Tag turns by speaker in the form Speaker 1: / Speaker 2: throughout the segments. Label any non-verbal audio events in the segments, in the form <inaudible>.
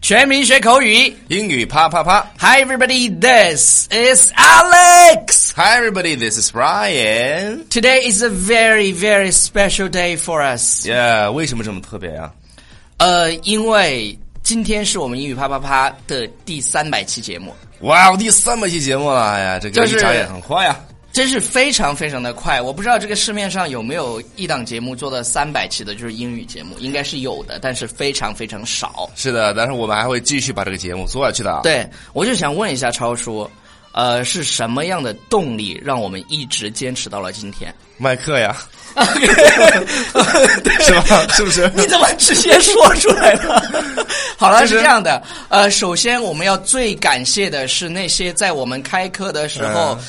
Speaker 1: 全民学口语。
Speaker 2: 英语啪啪啪
Speaker 1: Hi everybody, this is Alex.
Speaker 2: ！Hi everybody, this is Brian.
Speaker 1: Today is a very very special day for us.
Speaker 2: Yeah，为什么这么特别呀、
Speaker 1: 呃，因为今天是我们英语啪啪啪的第三百期节目，
Speaker 2: 哇，我第三百期节目了，哎呀，这个
Speaker 1: 就是
Speaker 2: 一眨眼很快呀、
Speaker 1: 真是非常非常的快。我不知道这个市面上有没有一档节目做到三百期的，就是英语节目，应该是有的，但是非常非常少。
Speaker 2: 是的，但是我们还会继续把这个节目做下去的。，啊
Speaker 1: 对，我就想问一下超叔，呃，是什么样的动力让我们一直坚持到了今
Speaker 2: <laughs>
Speaker 1: 天？ <laughs>
Speaker 2: 麦克呀，<laughs>
Speaker 1: 对
Speaker 2: 是吧？是不是？
Speaker 1: <laughs> 你怎么直接说出来
Speaker 2: <laughs>
Speaker 1: 了？好了，
Speaker 2: 就是
Speaker 1: 是这样的，呃，首先我们要最感谢的是那些在我们开课的时候，
Speaker 2: 嗯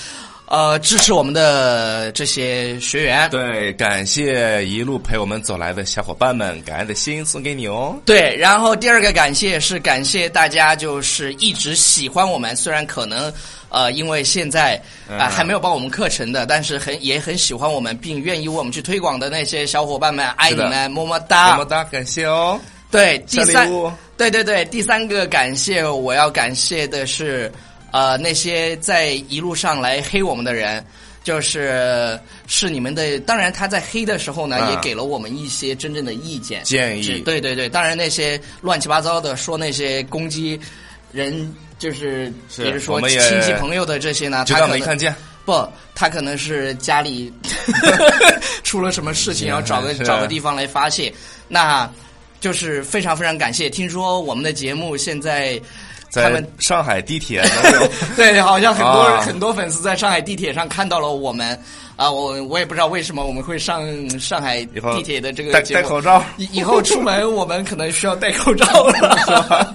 Speaker 1: 呃，支持我们的这些学员。
Speaker 2: 对，感谢一路陪我们走来的小伙伴们，感恩的心送给你哦。
Speaker 1: 对，然后第二个感谢是感谢大家，就是一直喜欢我们，虽然可能呃因为现在
Speaker 2: 嗯
Speaker 1: 啊、还没有报我们课程的，但是很也很喜欢我们，并愿意为我们去推广的那些小伙伴们，爱
Speaker 2: 是
Speaker 1: 你
Speaker 2: 的
Speaker 1: 们，么么
Speaker 2: 么
Speaker 1: 哒，
Speaker 2: 么哒，感谢哦。
Speaker 1: 对，啊第
Speaker 2: 小
Speaker 1: 三
Speaker 2: 礼物，
Speaker 1: 对对对，第三个感谢我要感谢的是，呃，那些在一路上来黑我们的人，就是是你们的。当然，他在黑的时候呢，
Speaker 2: 嗯
Speaker 1: 也给了我们一些真正的意见
Speaker 2: 建议
Speaker 1: 是对对对，当然那些乱七八糟的说那些攻击人，就是
Speaker 2: 是
Speaker 1: 比如
Speaker 2: 我
Speaker 1: 说
Speaker 2: 们也
Speaker 1: 亲戚朋友的这些呢，
Speaker 2: 知
Speaker 1: 他
Speaker 2: 道
Speaker 1: 可能
Speaker 2: 没看见，
Speaker 1: 不，他可能是
Speaker 2: <laughs>
Speaker 1: 家里出了什么事情，然后找个
Speaker 2: 是啊
Speaker 1: 找个地方来发泄。那就是非常非常感谢。听说我们的节目
Speaker 2: <laughs>
Speaker 1: 现在他
Speaker 2: 在
Speaker 1: 们
Speaker 2: 上海地铁能有
Speaker 1: 对，好像很多、
Speaker 2: 啊
Speaker 1: 很多粉丝在上海地铁上看到了我们啊，我我也不知道为什么我们会上上海
Speaker 2: 以后
Speaker 1: <laughs> 地铁的这个
Speaker 2: 戴
Speaker 1: 节目
Speaker 2: 戴口罩。
Speaker 1: 以以后出门我们可能需要戴口罩
Speaker 2: <laughs>
Speaker 1: 了，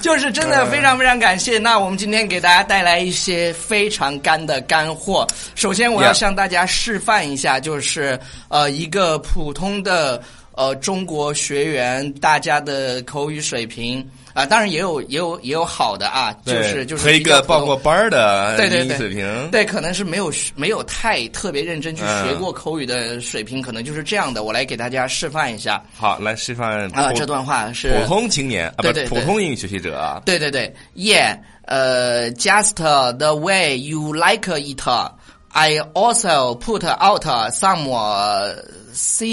Speaker 1: 就是真的非
Speaker 2: 嗯
Speaker 1: 常非常感谢。那我们今天给大家带来一些非常干的干货。首先，我要
Speaker 2: Yeah
Speaker 1: 向大家示范一下，就是呃，一个普通的呃中国学员大家的口语水平啊、当然也有也有也有好的啊，就
Speaker 2: 对
Speaker 1: 是就是
Speaker 2: 和一
Speaker 1: 比较
Speaker 2: 个
Speaker 1: 普通
Speaker 2: 报过班儿的
Speaker 1: 对对
Speaker 2: 英语
Speaker 1: 对
Speaker 2: 水平，
Speaker 1: 对，可能是没有学没有太特别认真去学
Speaker 2: 嗯
Speaker 1: 过口语的水平，可能就是这样的。我来给大家示范一下。
Speaker 2: 好，来示范
Speaker 1: 啊、
Speaker 2: 普
Speaker 1: 这段话是
Speaker 2: 普通青年啊，不
Speaker 1: 对
Speaker 2: 是
Speaker 1: 对对
Speaker 2: 普通英语学习者啊，
Speaker 1: 对对对，Yeah，呃，just the way you like it。I also put out some uh,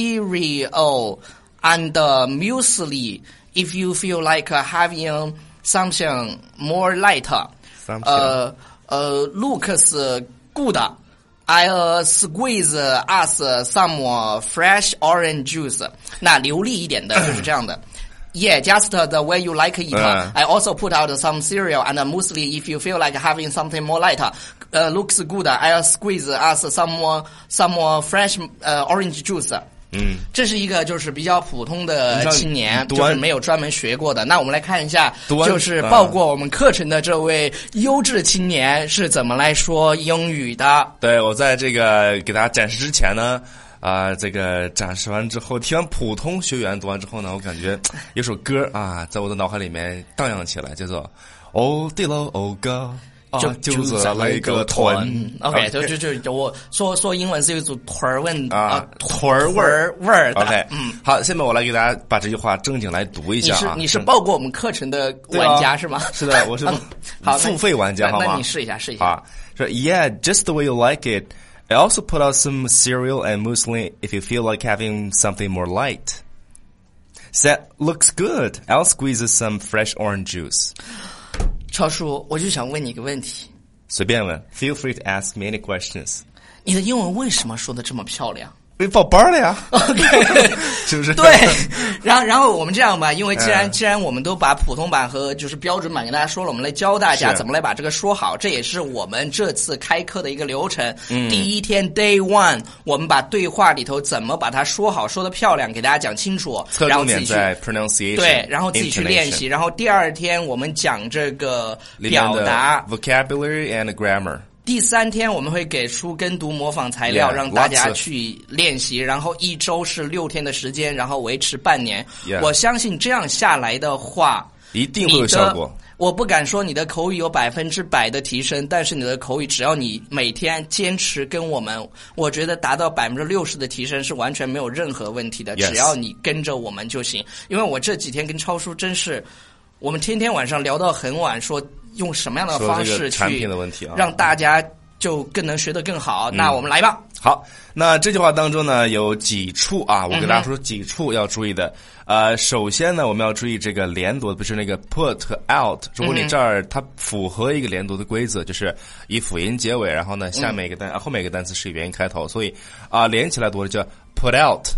Speaker 1: cereal and uh, muesli if you feel like having something more light.
Speaker 2: Something.
Speaker 1: Uh, uh, looks good. I uh, squeeze us some uh, fresh orange juice. 那流利一点的就是这样的。Yeah, just the way you like it.
Speaker 2: 嗯
Speaker 1: I also put out some cereal and mostly if you feel like having something more light, uh, looks good. I'll squeeze us some more, some more fresh uh, orange juice.
Speaker 2: 嗯，
Speaker 1: 这是一个就是比较普通的
Speaker 2: 像
Speaker 1: 青年，
Speaker 2: 读
Speaker 1: 就
Speaker 2: 完
Speaker 1: 是没有专门学过的。那我们来看一下，
Speaker 2: 读完
Speaker 1: 就是
Speaker 2: 嗯
Speaker 1: 报过我们课程的这位优质青年是怎么来说英语的。
Speaker 2: 对我在这个给大家展示之前呢，啊、这个展示完之后，听完普通学员读完之后呢，我感觉有首歌啊，在我的脑海里面荡漾起来，叫做《哦对喽哦哥》，啊，是来个团啊
Speaker 1: ，OK，就就就就我说说英文是有一组团儿问
Speaker 2: 啊
Speaker 1: 团儿味儿味儿的。
Speaker 2: OK，
Speaker 1: 嗯，
Speaker 2: 好，下面我来给大家把这句话正经来读一
Speaker 1: 你
Speaker 2: 下
Speaker 1: 是
Speaker 2: 啊。
Speaker 1: 你是报过我们课程的玩家
Speaker 2: 对啊
Speaker 1: 是吗？
Speaker 2: 是的，我是
Speaker 1: 啊 <laughs> 好，那
Speaker 2: 付费玩家，
Speaker 1: 那
Speaker 2: 好吗？
Speaker 1: 那你试一下，试一下。
Speaker 2: 啊，说 Yeah, just the way you like it. I also put out some cereal and muesli if you feel like having something more light. That looks good. I'll squeeze some fresh orange juice.
Speaker 1: 超叔，我就想问你一个问题：
Speaker 2: 随便问，Feel free to ask me any <laughs> questions.
Speaker 1: 你的英文为什么说的这么漂
Speaker 2: <laughs>
Speaker 1: 亮？ <laughs>
Speaker 2: 被报班了呀， <laughs>
Speaker 1: OK，
Speaker 2: 是 <laughs> 不是
Speaker 1: 对，然后然后我们这样吧，因为既
Speaker 2: 嗯
Speaker 1: 然、既然我们都把普通版和就是标准版给大家说了，我们来教大家
Speaker 2: 是
Speaker 1: 怎么来把这个说好，这也是我们这次开课的一个流程。
Speaker 2: 嗯
Speaker 1: 第一天 Day One，我们把对话里头怎么把它说好，说的漂亮，给大家讲清楚，
Speaker 2: 侧
Speaker 1: 然后
Speaker 2: 重点
Speaker 1: 自己去。
Speaker 2: 在 pronunciation，
Speaker 1: 对，然后自己去
Speaker 2: intonation
Speaker 1: 练习。然后第二天我们讲这个
Speaker 2: 里面
Speaker 1: 表
Speaker 2: 的
Speaker 1: 达，
Speaker 2: vocabulary and grammar。
Speaker 1: 第三天我们会给出跟读模仿材料
Speaker 2: Yeah，
Speaker 1: 让大
Speaker 2: lots
Speaker 1: 家
Speaker 2: of-
Speaker 1: 去练习，然后一周是六天的时间，然后维持半年。
Speaker 2: Yeah
Speaker 1: 我相信这样下来的话，
Speaker 2: 一定会有效果。
Speaker 1: 你的我不敢说你的口语有百分之百的提升，但是你的口语只要你每天坚持跟我们，我觉得达到百分之六十的提升是完全没有任何问题的。
Speaker 2: Yes
Speaker 1: 只要你跟着我们就行。因为我这几天跟超叔真是。我们天天晚上聊到很晚，说用什么样的
Speaker 2: 说
Speaker 1: 方
Speaker 2: 这个
Speaker 1: 式
Speaker 2: 产品
Speaker 1: 去
Speaker 2: 的问题啊，嗯
Speaker 1: 让大家就更能学得更好。那我们来吧，
Speaker 2: 好，那这句话当中呢有几处啊，我给大家说几处要注意的。呃，首先呢，我们要注意这个连读，不是那个 put out。如果你这儿它符合一个连读的规则，就是以辅音结尾，然后呢下面一个单、啊后面一个单词是以元音开头，所以啊、连起来读叫 put out，put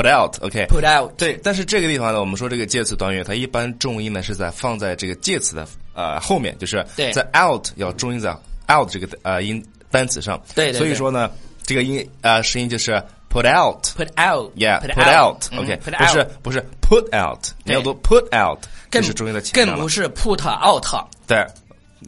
Speaker 2: out，OK、
Speaker 1: put out。
Speaker 2: 对，但是这个地方呢，我们说这个介词短语，它一般重音呢是在放在这个介词的呃后面，就是
Speaker 1: 对
Speaker 2: 在 out 要重音在 out 这个呃音单词上。
Speaker 1: 对对
Speaker 2: 所以
Speaker 1: 对
Speaker 2: 说呢，这个音呃声音就是 put out。
Speaker 1: Put out,
Speaker 2: Yeah，put
Speaker 1: 嗯
Speaker 2: out，OK，、
Speaker 1: put
Speaker 2: 不是
Speaker 1: out，
Speaker 2: 不是 put out，你
Speaker 1: 对
Speaker 2: 要读 put out，这
Speaker 1: 更
Speaker 2: 是重音在前面
Speaker 1: 更
Speaker 2: 了
Speaker 1: 不是 put out。
Speaker 2: 对，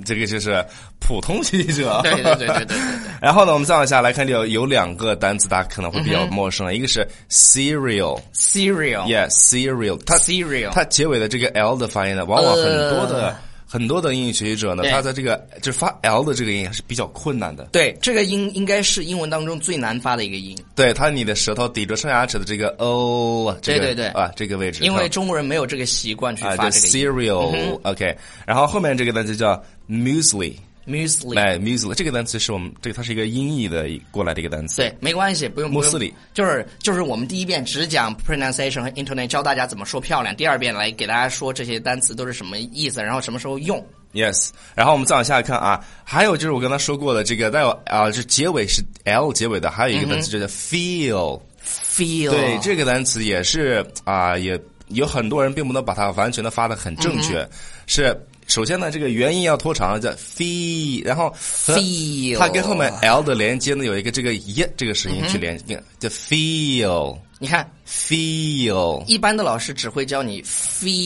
Speaker 2: 这个就是普通学习者。
Speaker 1: 对对对对对对对。
Speaker 2: 啊 <laughs> 然后呢，我们再往下来看，有有两个单词大家可能会比
Speaker 1: 嗯
Speaker 2: 较陌生了，一个是 cereal，
Speaker 1: Cereal,
Speaker 2: Yeah, cereal，它
Speaker 1: Cereal
Speaker 2: 它结尾的这个
Speaker 1: 嗯
Speaker 2: l 的发音呢，往往很多的、很多的英语学习者呢，
Speaker 1: 呃对
Speaker 2: 他在这个就发 l 的这个音还是比较困难的。
Speaker 1: 对，这个音应该是英文当中最难发的一个音，
Speaker 2: 对，它你的舌头抵着上牙齿的这个 o，这个
Speaker 1: 对对对
Speaker 2: 啊这个位置，
Speaker 1: 因为
Speaker 2: 是吧
Speaker 1: 中国人没有这个习惯去
Speaker 2: 啊
Speaker 1: 发
Speaker 2: 叫
Speaker 1: 这个音。嗯
Speaker 2: cereal，OK，、OK，然后后面这个单词叫 muesli，
Speaker 1: Muesli，
Speaker 2: 哎 muesli 这个单词是我们这个它是一个音译的一过来的一个单词，
Speaker 1: 对，没关系，不用
Speaker 2: 穆
Speaker 1: 不
Speaker 2: 斯里
Speaker 1: 用，就是就是我们第一遍只讲 pronunciation 和 intonation，教大家怎么说漂亮。第二遍来给大家说这些单词都是什么意思，然后什么时候用。
Speaker 2: Yes，然后我们再往下看啊，还有就是我刚才说过的这个带有啊，是结尾是 l 结尾的，还
Speaker 1: 嗯
Speaker 2: 有一个单词就叫 feel，、
Speaker 1: Feel，
Speaker 2: 对，这个单词也是啊、也有很多人并不能把它完全的发的很正
Speaker 1: 嗯
Speaker 2: 确。是首先呢，这个元音要拖长，叫 feel，然后和
Speaker 1: feel，嗯
Speaker 2: 它跟后面 l 的连接呢有一个这个耶这个声音去连接，叫 feel
Speaker 1: 你看，
Speaker 2: feel。
Speaker 1: 一般的老师只会教你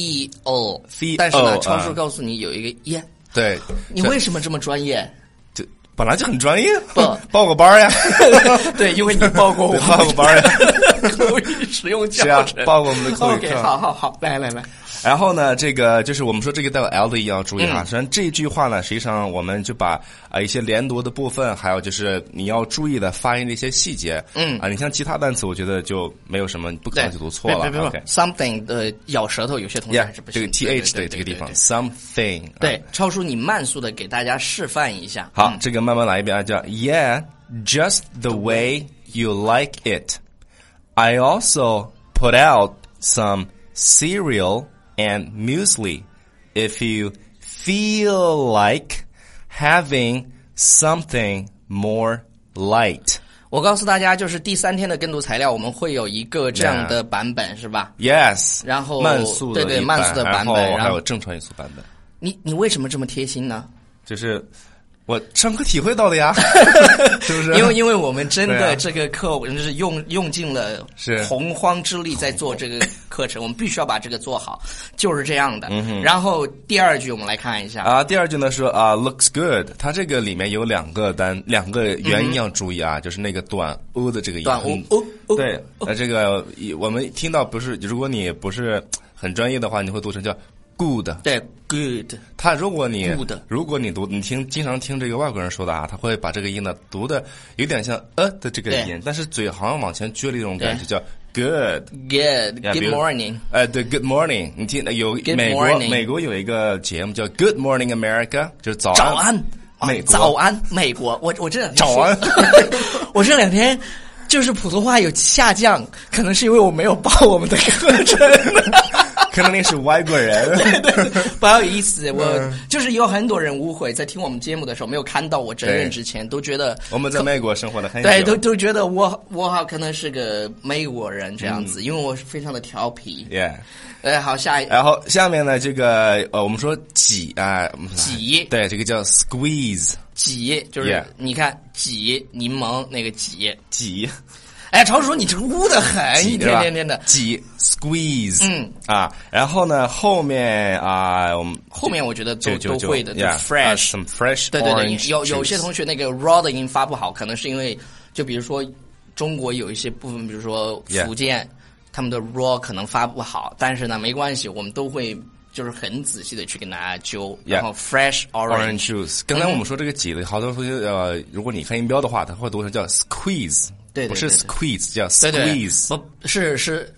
Speaker 1: feel，
Speaker 2: ，feel，
Speaker 1: 但是呢，
Speaker 2: 啊
Speaker 1: 超叔告诉你有一个 yeah，
Speaker 2: 对，
Speaker 1: 你为什么这么专业？
Speaker 2: 这本来就很专业
Speaker 1: 不，
Speaker 2: 报个班儿
Speaker 1: <laughs>
Speaker 2: 呀， <laughs>
Speaker 1: 对，因为你报过
Speaker 2: 对报个班儿呀。<laughs>
Speaker 1: 口语使用
Speaker 2: 是啊
Speaker 1: 教程。，
Speaker 2: 报过我们的口语
Speaker 1: OK，
Speaker 2: 课。
Speaker 1: 好好好，来来来，
Speaker 2: 然后呢，这个就是我们说这个带有 L 的也要注意啊。
Speaker 1: 嗯
Speaker 2: 实际上这句话呢，实际上我们就把啊、呃一些连读的部分，还有就是你要注意的发音的一些细节。
Speaker 1: 嗯
Speaker 2: 啊，你像其他单词，我觉得就没有什么，你不可能去读错了。
Speaker 1: 别别别
Speaker 2: OK。
Speaker 1: ，something 的咬舌头，有些同学
Speaker 2: Yeah，
Speaker 1: 还是不
Speaker 2: 这个
Speaker 1: 行的。对
Speaker 2: th 的这个地方。，something 啊。
Speaker 1: 对对对对对，超叔，你慢速的给大家示范一下。嗯
Speaker 2: 好，这个慢慢来一遍啊，叫 Yeah, just the way you like it. I also put out some cereal and muesli. If you feel like having something more light.
Speaker 1: 我告诉大家，就是第三天的跟读材料，我们会有一个这样的版本，是吧？
Speaker 2: Yes，
Speaker 1: 然后
Speaker 2: 慢速的
Speaker 1: 对对
Speaker 2: 一
Speaker 1: 慢速的版本
Speaker 2: 然后
Speaker 1: 然
Speaker 2: 还
Speaker 1: 后
Speaker 2: 有正常语速版本，
Speaker 1: 你你为什么这么贴心呢？
Speaker 2: 就是我上课体会到的
Speaker 1: <laughs>
Speaker 2: 呀， <laughs> 是不是？
Speaker 1: 因为因为我们真
Speaker 2: 对啊
Speaker 1: 的这个课，我们是用用尽了
Speaker 2: 是
Speaker 1: 洪荒之力在做这个课程， <laughs> 我们必须要把这个做好，就是这样的。然后第二句我们来看一下，
Speaker 2: 嗯啊，第二句呢说啊，looks good，它这个里面有两个单两个元音要注意啊，就是那个短 o 的这个音。
Speaker 1: 嗯短
Speaker 2: 嗯
Speaker 1: o o
Speaker 2: 对，呃，这个一我们听到不是，如果你不是很专业的话，你会读成叫 good。
Speaker 1: 对，good
Speaker 2: 它如果你
Speaker 1: good
Speaker 2: 如果你读你听经常听这个外国人说的啊，他会把这个音呢读的有点像呃的这个
Speaker 1: 对
Speaker 2: 音，但是嘴好像往前撅了一种感觉，
Speaker 1: 对
Speaker 2: 叫 good。
Speaker 1: good
Speaker 2: 呀比
Speaker 1: good
Speaker 2: 如
Speaker 1: morning，
Speaker 2: 呃，对，Good morning，你听呃有
Speaker 1: Good
Speaker 2: 美国
Speaker 1: morning
Speaker 2: 美国有一个节目叫 Good Morning America，就是早
Speaker 1: 早安，啊
Speaker 2: 美国
Speaker 1: 早安，美国，我我这两天
Speaker 2: 早安
Speaker 1: 说， <laughs> 我这两天就是普通话有下降，可能是因为我没有报我们的课程。
Speaker 2: 可能你是外国
Speaker 1: <laughs>
Speaker 2: 人。
Speaker 1: 不好意
Speaker 2: 嗯
Speaker 1: 思，我就是有很多人误会，在听我们节目的时候没有看到我真
Speaker 2: 对
Speaker 1: 人之前，都觉得
Speaker 2: 我们在美国生活了很久，
Speaker 1: 对，都都觉得我我好可能是个美国人这样子，因为我是非常的调皮。
Speaker 2: 嗯 Yeah
Speaker 1: 呃，好，下一
Speaker 2: 然后下面呢，这个呃，我们说挤啊，我们说
Speaker 1: 挤
Speaker 2: 对，这个叫 squeeze
Speaker 1: 挤就是
Speaker 2: Yeah
Speaker 1: 你看挤柠檬那个挤，
Speaker 2: 挤，
Speaker 1: 哎，常叔你这污的很，
Speaker 2: 挤
Speaker 1: 一
Speaker 2: 对
Speaker 1: 哎天
Speaker 2: 吧
Speaker 1: 天天的。
Speaker 2: 挤 squeeze，
Speaker 1: 嗯
Speaker 2: 啊，然后呢，后面啊，我们
Speaker 1: 后面我觉得都
Speaker 2: 就就
Speaker 1: 都
Speaker 2: 就
Speaker 1: 会的，就
Speaker 2: yeah，啊
Speaker 1: fresh。
Speaker 2: some fresh，
Speaker 1: 对对对，
Speaker 2: orange
Speaker 1: 有有些
Speaker 2: juice
Speaker 1: 同学那个 raw 的音发不好，可能是因为就比如说中国有一些部分，比如说
Speaker 2: Yeah
Speaker 1: 福建他们的 raw 可能发不好，但是呢没关系，我们都会就是很仔细的去跟大家揪。然后 fresh
Speaker 2: orange
Speaker 1: orange，
Speaker 2: juice。刚才
Speaker 1: 嗯
Speaker 2: 我们说这个挤的，好多同学呃，如果你看音标的话，它会读成叫 squeeze，
Speaker 1: 对对
Speaker 2: 不是
Speaker 1: 对
Speaker 2: squeeze，叫
Speaker 1: 对对
Speaker 2: squeeze，
Speaker 1: 不是是。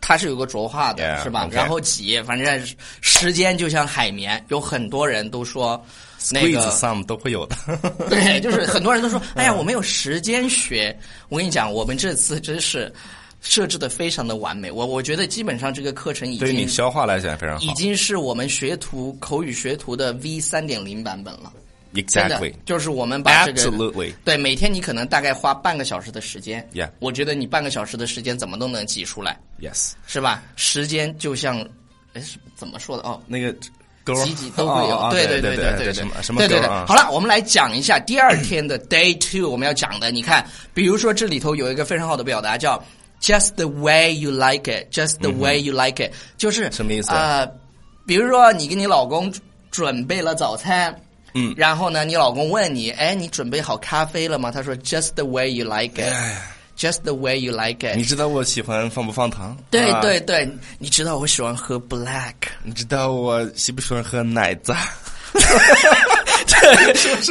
Speaker 1: 它是有个浊化的
Speaker 2: Yeah,
Speaker 1: 是吧
Speaker 2: okay
Speaker 1: 然后挤，反正时间就像海绵，有很多人都说那
Speaker 2: squeeze
Speaker 1: 个
Speaker 2: some 都会有的。 <laughs>
Speaker 1: 对，就是很多人都说，哎
Speaker 2: 嗯
Speaker 1: 呀，我没有时间学。我跟你讲，我们这次真是设置的非常的完美。我我觉得基本上这个课程已
Speaker 2: 对于你
Speaker 1: 经
Speaker 2: 消化来讲非常好
Speaker 1: 已经是我们学徒口语学徒的 V 三点零版本了。真的
Speaker 2: ，exactly，
Speaker 1: 就是我们把这个
Speaker 2: absolutely，
Speaker 1: 对每天你可能大概花半个小时的时间
Speaker 2: Yeah
Speaker 1: 我觉得你半个小时的时间怎么都能挤出来，
Speaker 2: yes，
Speaker 1: 是吧？时间就像，哎，是怎么说的？哦，
Speaker 2: 那个勾
Speaker 1: 几几都会有，
Speaker 2: 哦哦
Speaker 1: 对
Speaker 2: 对
Speaker 1: 对
Speaker 2: 对
Speaker 1: 对
Speaker 2: 什么什么
Speaker 1: 对对
Speaker 2: 勾
Speaker 1: 对。
Speaker 2: 啊
Speaker 1: 好了，我们来讲一下第二天的 day two 我们要讲的，你看，比如说这里头有一个非常好的表达叫 just the way you like it，just the way you like it，就是
Speaker 2: 什么意思啊
Speaker 1: 呃，比如说你跟你老公准备了早餐。
Speaker 2: 嗯
Speaker 1: 然后呢，你老公问你，哎，你准备好咖啡了吗？他说，just the way you like
Speaker 2: 哎
Speaker 1: it，just the way you like
Speaker 2: 你
Speaker 1: it。
Speaker 2: 知道我喜欢放不放糖？
Speaker 1: 对
Speaker 2: 啊
Speaker 1: 对对，你知道我喜欢喝 black，
Speaker 2: 你知道我喜不喜欢喝奶子？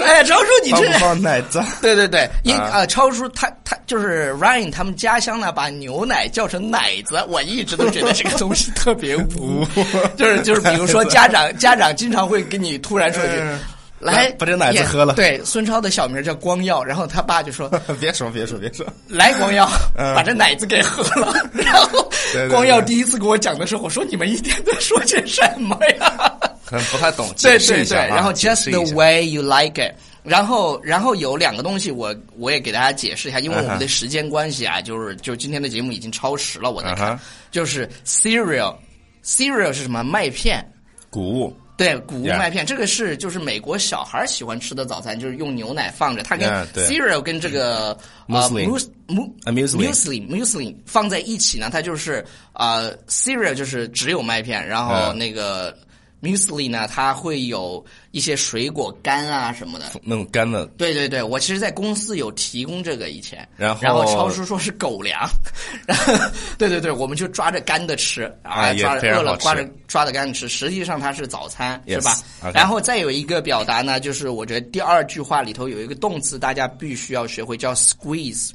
Speaker 1: 哎，张叔， <laughs> 你
Speaker 2: 放
Speaker 1: 这
Speaker 2: 不放奶子？
Speaker 1: <laughs> 对对对，因
Speaker 2: 啊，
Speaker 1: 呃，超叔他他就是 Ryan 他们家乡呢，把牛奶叫成奶子，我一直都觉得这个东西特别污
Speaker 2: <laughs>
Speaker 1: 就是就是，比如说家长家长经常会给你突然说一句
Speaker 2: 嗯。
Speaker 1: 来
Speaker 2: 来，把这奶子
Speaker 1: 也
Speaker 2: 喝了
Speaker 1: 对，孙超的小名叫光耀，然后他爸就说
Speaker 2: 别说别说别说，：“
Speaker 1: 来，光耀，
Speaker 2: <laughs> 嗯
Speaker 1: 把这奶子给喝了。”
Speaker 2: <laughs>
Speaker 1: 然后
Speaker 2: 对对
Speaker 1: 光耀
Speaker 2: 对
Speaker 1: 第一次跟我讲的时候，我说：“你们一天在说些什么呀？”
Speaker 2: 可能不太懂，
Speaker 1: 对
Speaker 2: 解释
Speaker 1: 对
Speaker 2: 一
Speaker 1: 对，
Speaker 2: 下啊
Speaker 1: 然后
Speaker 2: 解
Speaker 1: just
Speaker 2: 释一下
Speaker 1: the way you like it。然后，然后有两个东西我，我也给大家解释一下，因为我
Speaker 2: 嗯哼
Speaker 1: 们的时间关系啊，就是就今天的节目已经超时了，我在看
Speaker 2: 嗯哼
Speaker 1: 就是 cereal，cereal 是什么？麦片，
Speaker 2: 谷物
Speaker 1: 对，谷物
Speaker 2: Yeah
Speaker 1: 麦片这个是就是美国小孩喜欢吃的早餐，就是用牛奶放着，它跟
Speaker 2: Yeah，对嗯
Speaker 1: cereal 跟这个呃
Speaker 2: Muesli
Speaker 1: mus- mu-
Speaker 2: A muesli
Speaker 1: muesli muesli 放在一起呢，它就是呃 cereal 就是只有麦片，然后
Speaker 2: Yeah
Speaker 1: 那个 muesli 呢，它会有一些水果干啊什么的。
Speaker 2: 那种干的，
Speaker 1: 对对对，我其实，在公司有提供这个以前，
Speaker 2: 然
Speaker 1: 然
Speaker 2: 后
Speaker 1: 超叔说是狗粮， <laughs> 然后对对对，我们就抓着干的吃
Speaker 2: 啊也
Speaker 1: 抓着
Speaker 2: 非常
Speaker 1: 饿了
Speaker 2: 好吃
Speaker 1: 抓着抓着干的吃，实际上它是早餐
Speaker 2: Yes，
Speaker 1: 是吧
Speaker 2: OK
Speaker 1: 然后再有一个表达呢，就是我觉得第二句话里头有一个动词，大家必须要学会叫 squeeze。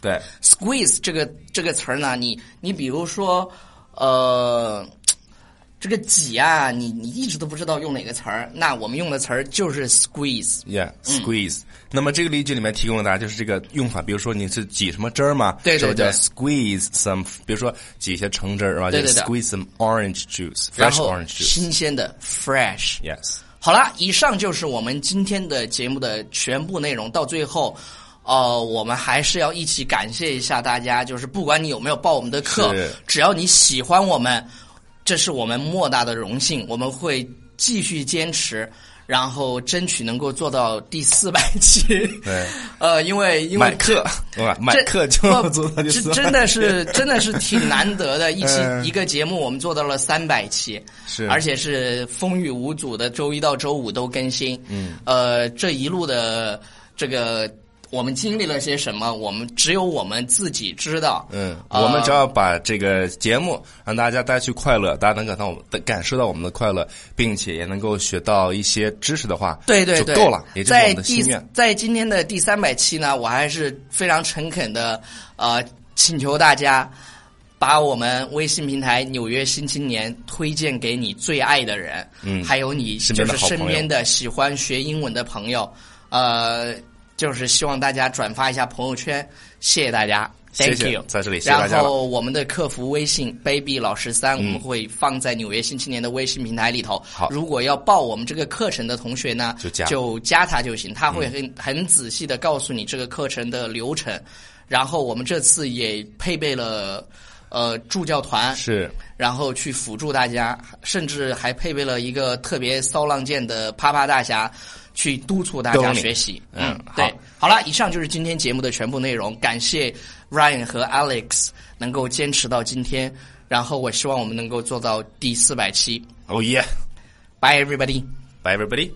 Speaker 2: 对
Speaker 1: squeeze 这个这个词儿呢，你你比如说，呃，这个挤啊，你你一直都不知道用哪个词儿，那我们用的词儿就是 squeeze。
Speaker 2: ，yeah
Speaker 1: 嗯
Speaker 2: squeeze。那么这个例句里面提供了大家就是这个用法，比如说你是挤什么汁儿嘛，
Speaker 1: 对对
Speaker 2: 是不是叫
Speaker 1: 对
Speaker 2: squeeze some，比如说挤一些橙汁儿是吧？
Speaker 1: 对
Speaker 2: 就
Speaker 1: 对对
Speaker 2: squeeze some orange juice，fresh
Speaker 1: 然后
Speaker 2: orange juice。
Speaker 1: 新鲜的 fresh。
Speaker 2: Yes，
Speaker 1: 好啦，以上就是我们今天的节目的全部内容。到最后，呃，我们还是要一起感谢一下大家，就是不管你有没有报我们的课
Speaker 2: 是，
Speaker 1: 只要你喜欢我们，这是我们莫大的荣幸。我们会继续坚持。然后争取能够做到第四百期，
Speaker 2: 对，
Speaker 1: <laughs> 呃，因为因为
Speaker 2: 买课，对吧？买
Speaker 1: 这
Speaker 2: 课
Speaker 1: 不
Speaker 2: 就做到就
Speaker 1: 这
Speaker 2: 四
Speaker 1: 真的是真的是挺难得
Speaker 2: <laughs>
Speaker 1: 的，一期
Speaker 2: 嗯
Speaker 1: 一个节目我们做到了三百期，
Speaker 2: <laughs> 是
Speaker 1: 而且是风雨无阻的，周一到周五都更新。嗯，呃，这一路的这个我们经历了些什么，我们只有我们自己知道。
Speaker 2: 嗯，
Speaker 1: 呃
Speaker 2: 我们只要把这个节目让大家带去快乐，大家能感到我们感受到我们的快乐，并且也能够学到一些知识的话，
Speaker 1: 对对
Speaker 2: 就
Speaker 1: 对，
Speaker 2: 够了，也就是我
Speaker 1: 在
Speaker 2: 们的
Speaker 1: 第
Speaker 2: 心愿。
Speaker 1: 在今天的第三百期呢，我还是非常诚恳的呃，请求大家把我们微信平台《纽约新青年》推荐给你最爱的人，
Speaker 2: 嗯
Speaker 1: 还有你
Speaker 2: 身
Speaker 1: 就
Speaker 2: 边的
Speaker 1: 是
Speaker 2: 好朋友
Speaker 1: 身边的喜欢学英文的朋友，呃，就是希望大家转发一下朋友圈，谢谢大家。
Speaker 2: 谢
Speaker 1: Thank
Speaker 2: 谢
Speaker 1: you，
Speaker 2: 在这里谢谢大
Speaker 1: 然
Speaker 2: 家了嗯
Speaker 1: 后我们的客服微信 baby 老师三，我们会放在纽约新青年的微信平台里头。
Speaker 2: 好
Speaker 1: 如果要报我们这个课程的同学呢，
Speaker 2: 就加嗯
Speaker 1: 就加他就行，他会很很仔细的告诉你这个课程的流程。然后我们这次也配备了呃助教团，
Speaker 2: 是
Speaker 1: 然后去辅助大家，甚至还配备了一个特别骚浪贱的啪啪大侠，去督促大
Speaker 2: 逗
Speaker 1: 家
Speaker 2: 你
Speaker 1: 学习。
Speaker 2: 嗯
Speaker 1: 对
Speaker 2: 好，
Speaker 1: 好了，以上就是今天节目的全部内容，感谢 Ryan 和 Alex 能够坚持到今天，然后我希望我们能够做到第四百期。
Speaker 2: ，Oh yeah，
Speaker 1: Bye everybody。
Speaker 2: bye everybody。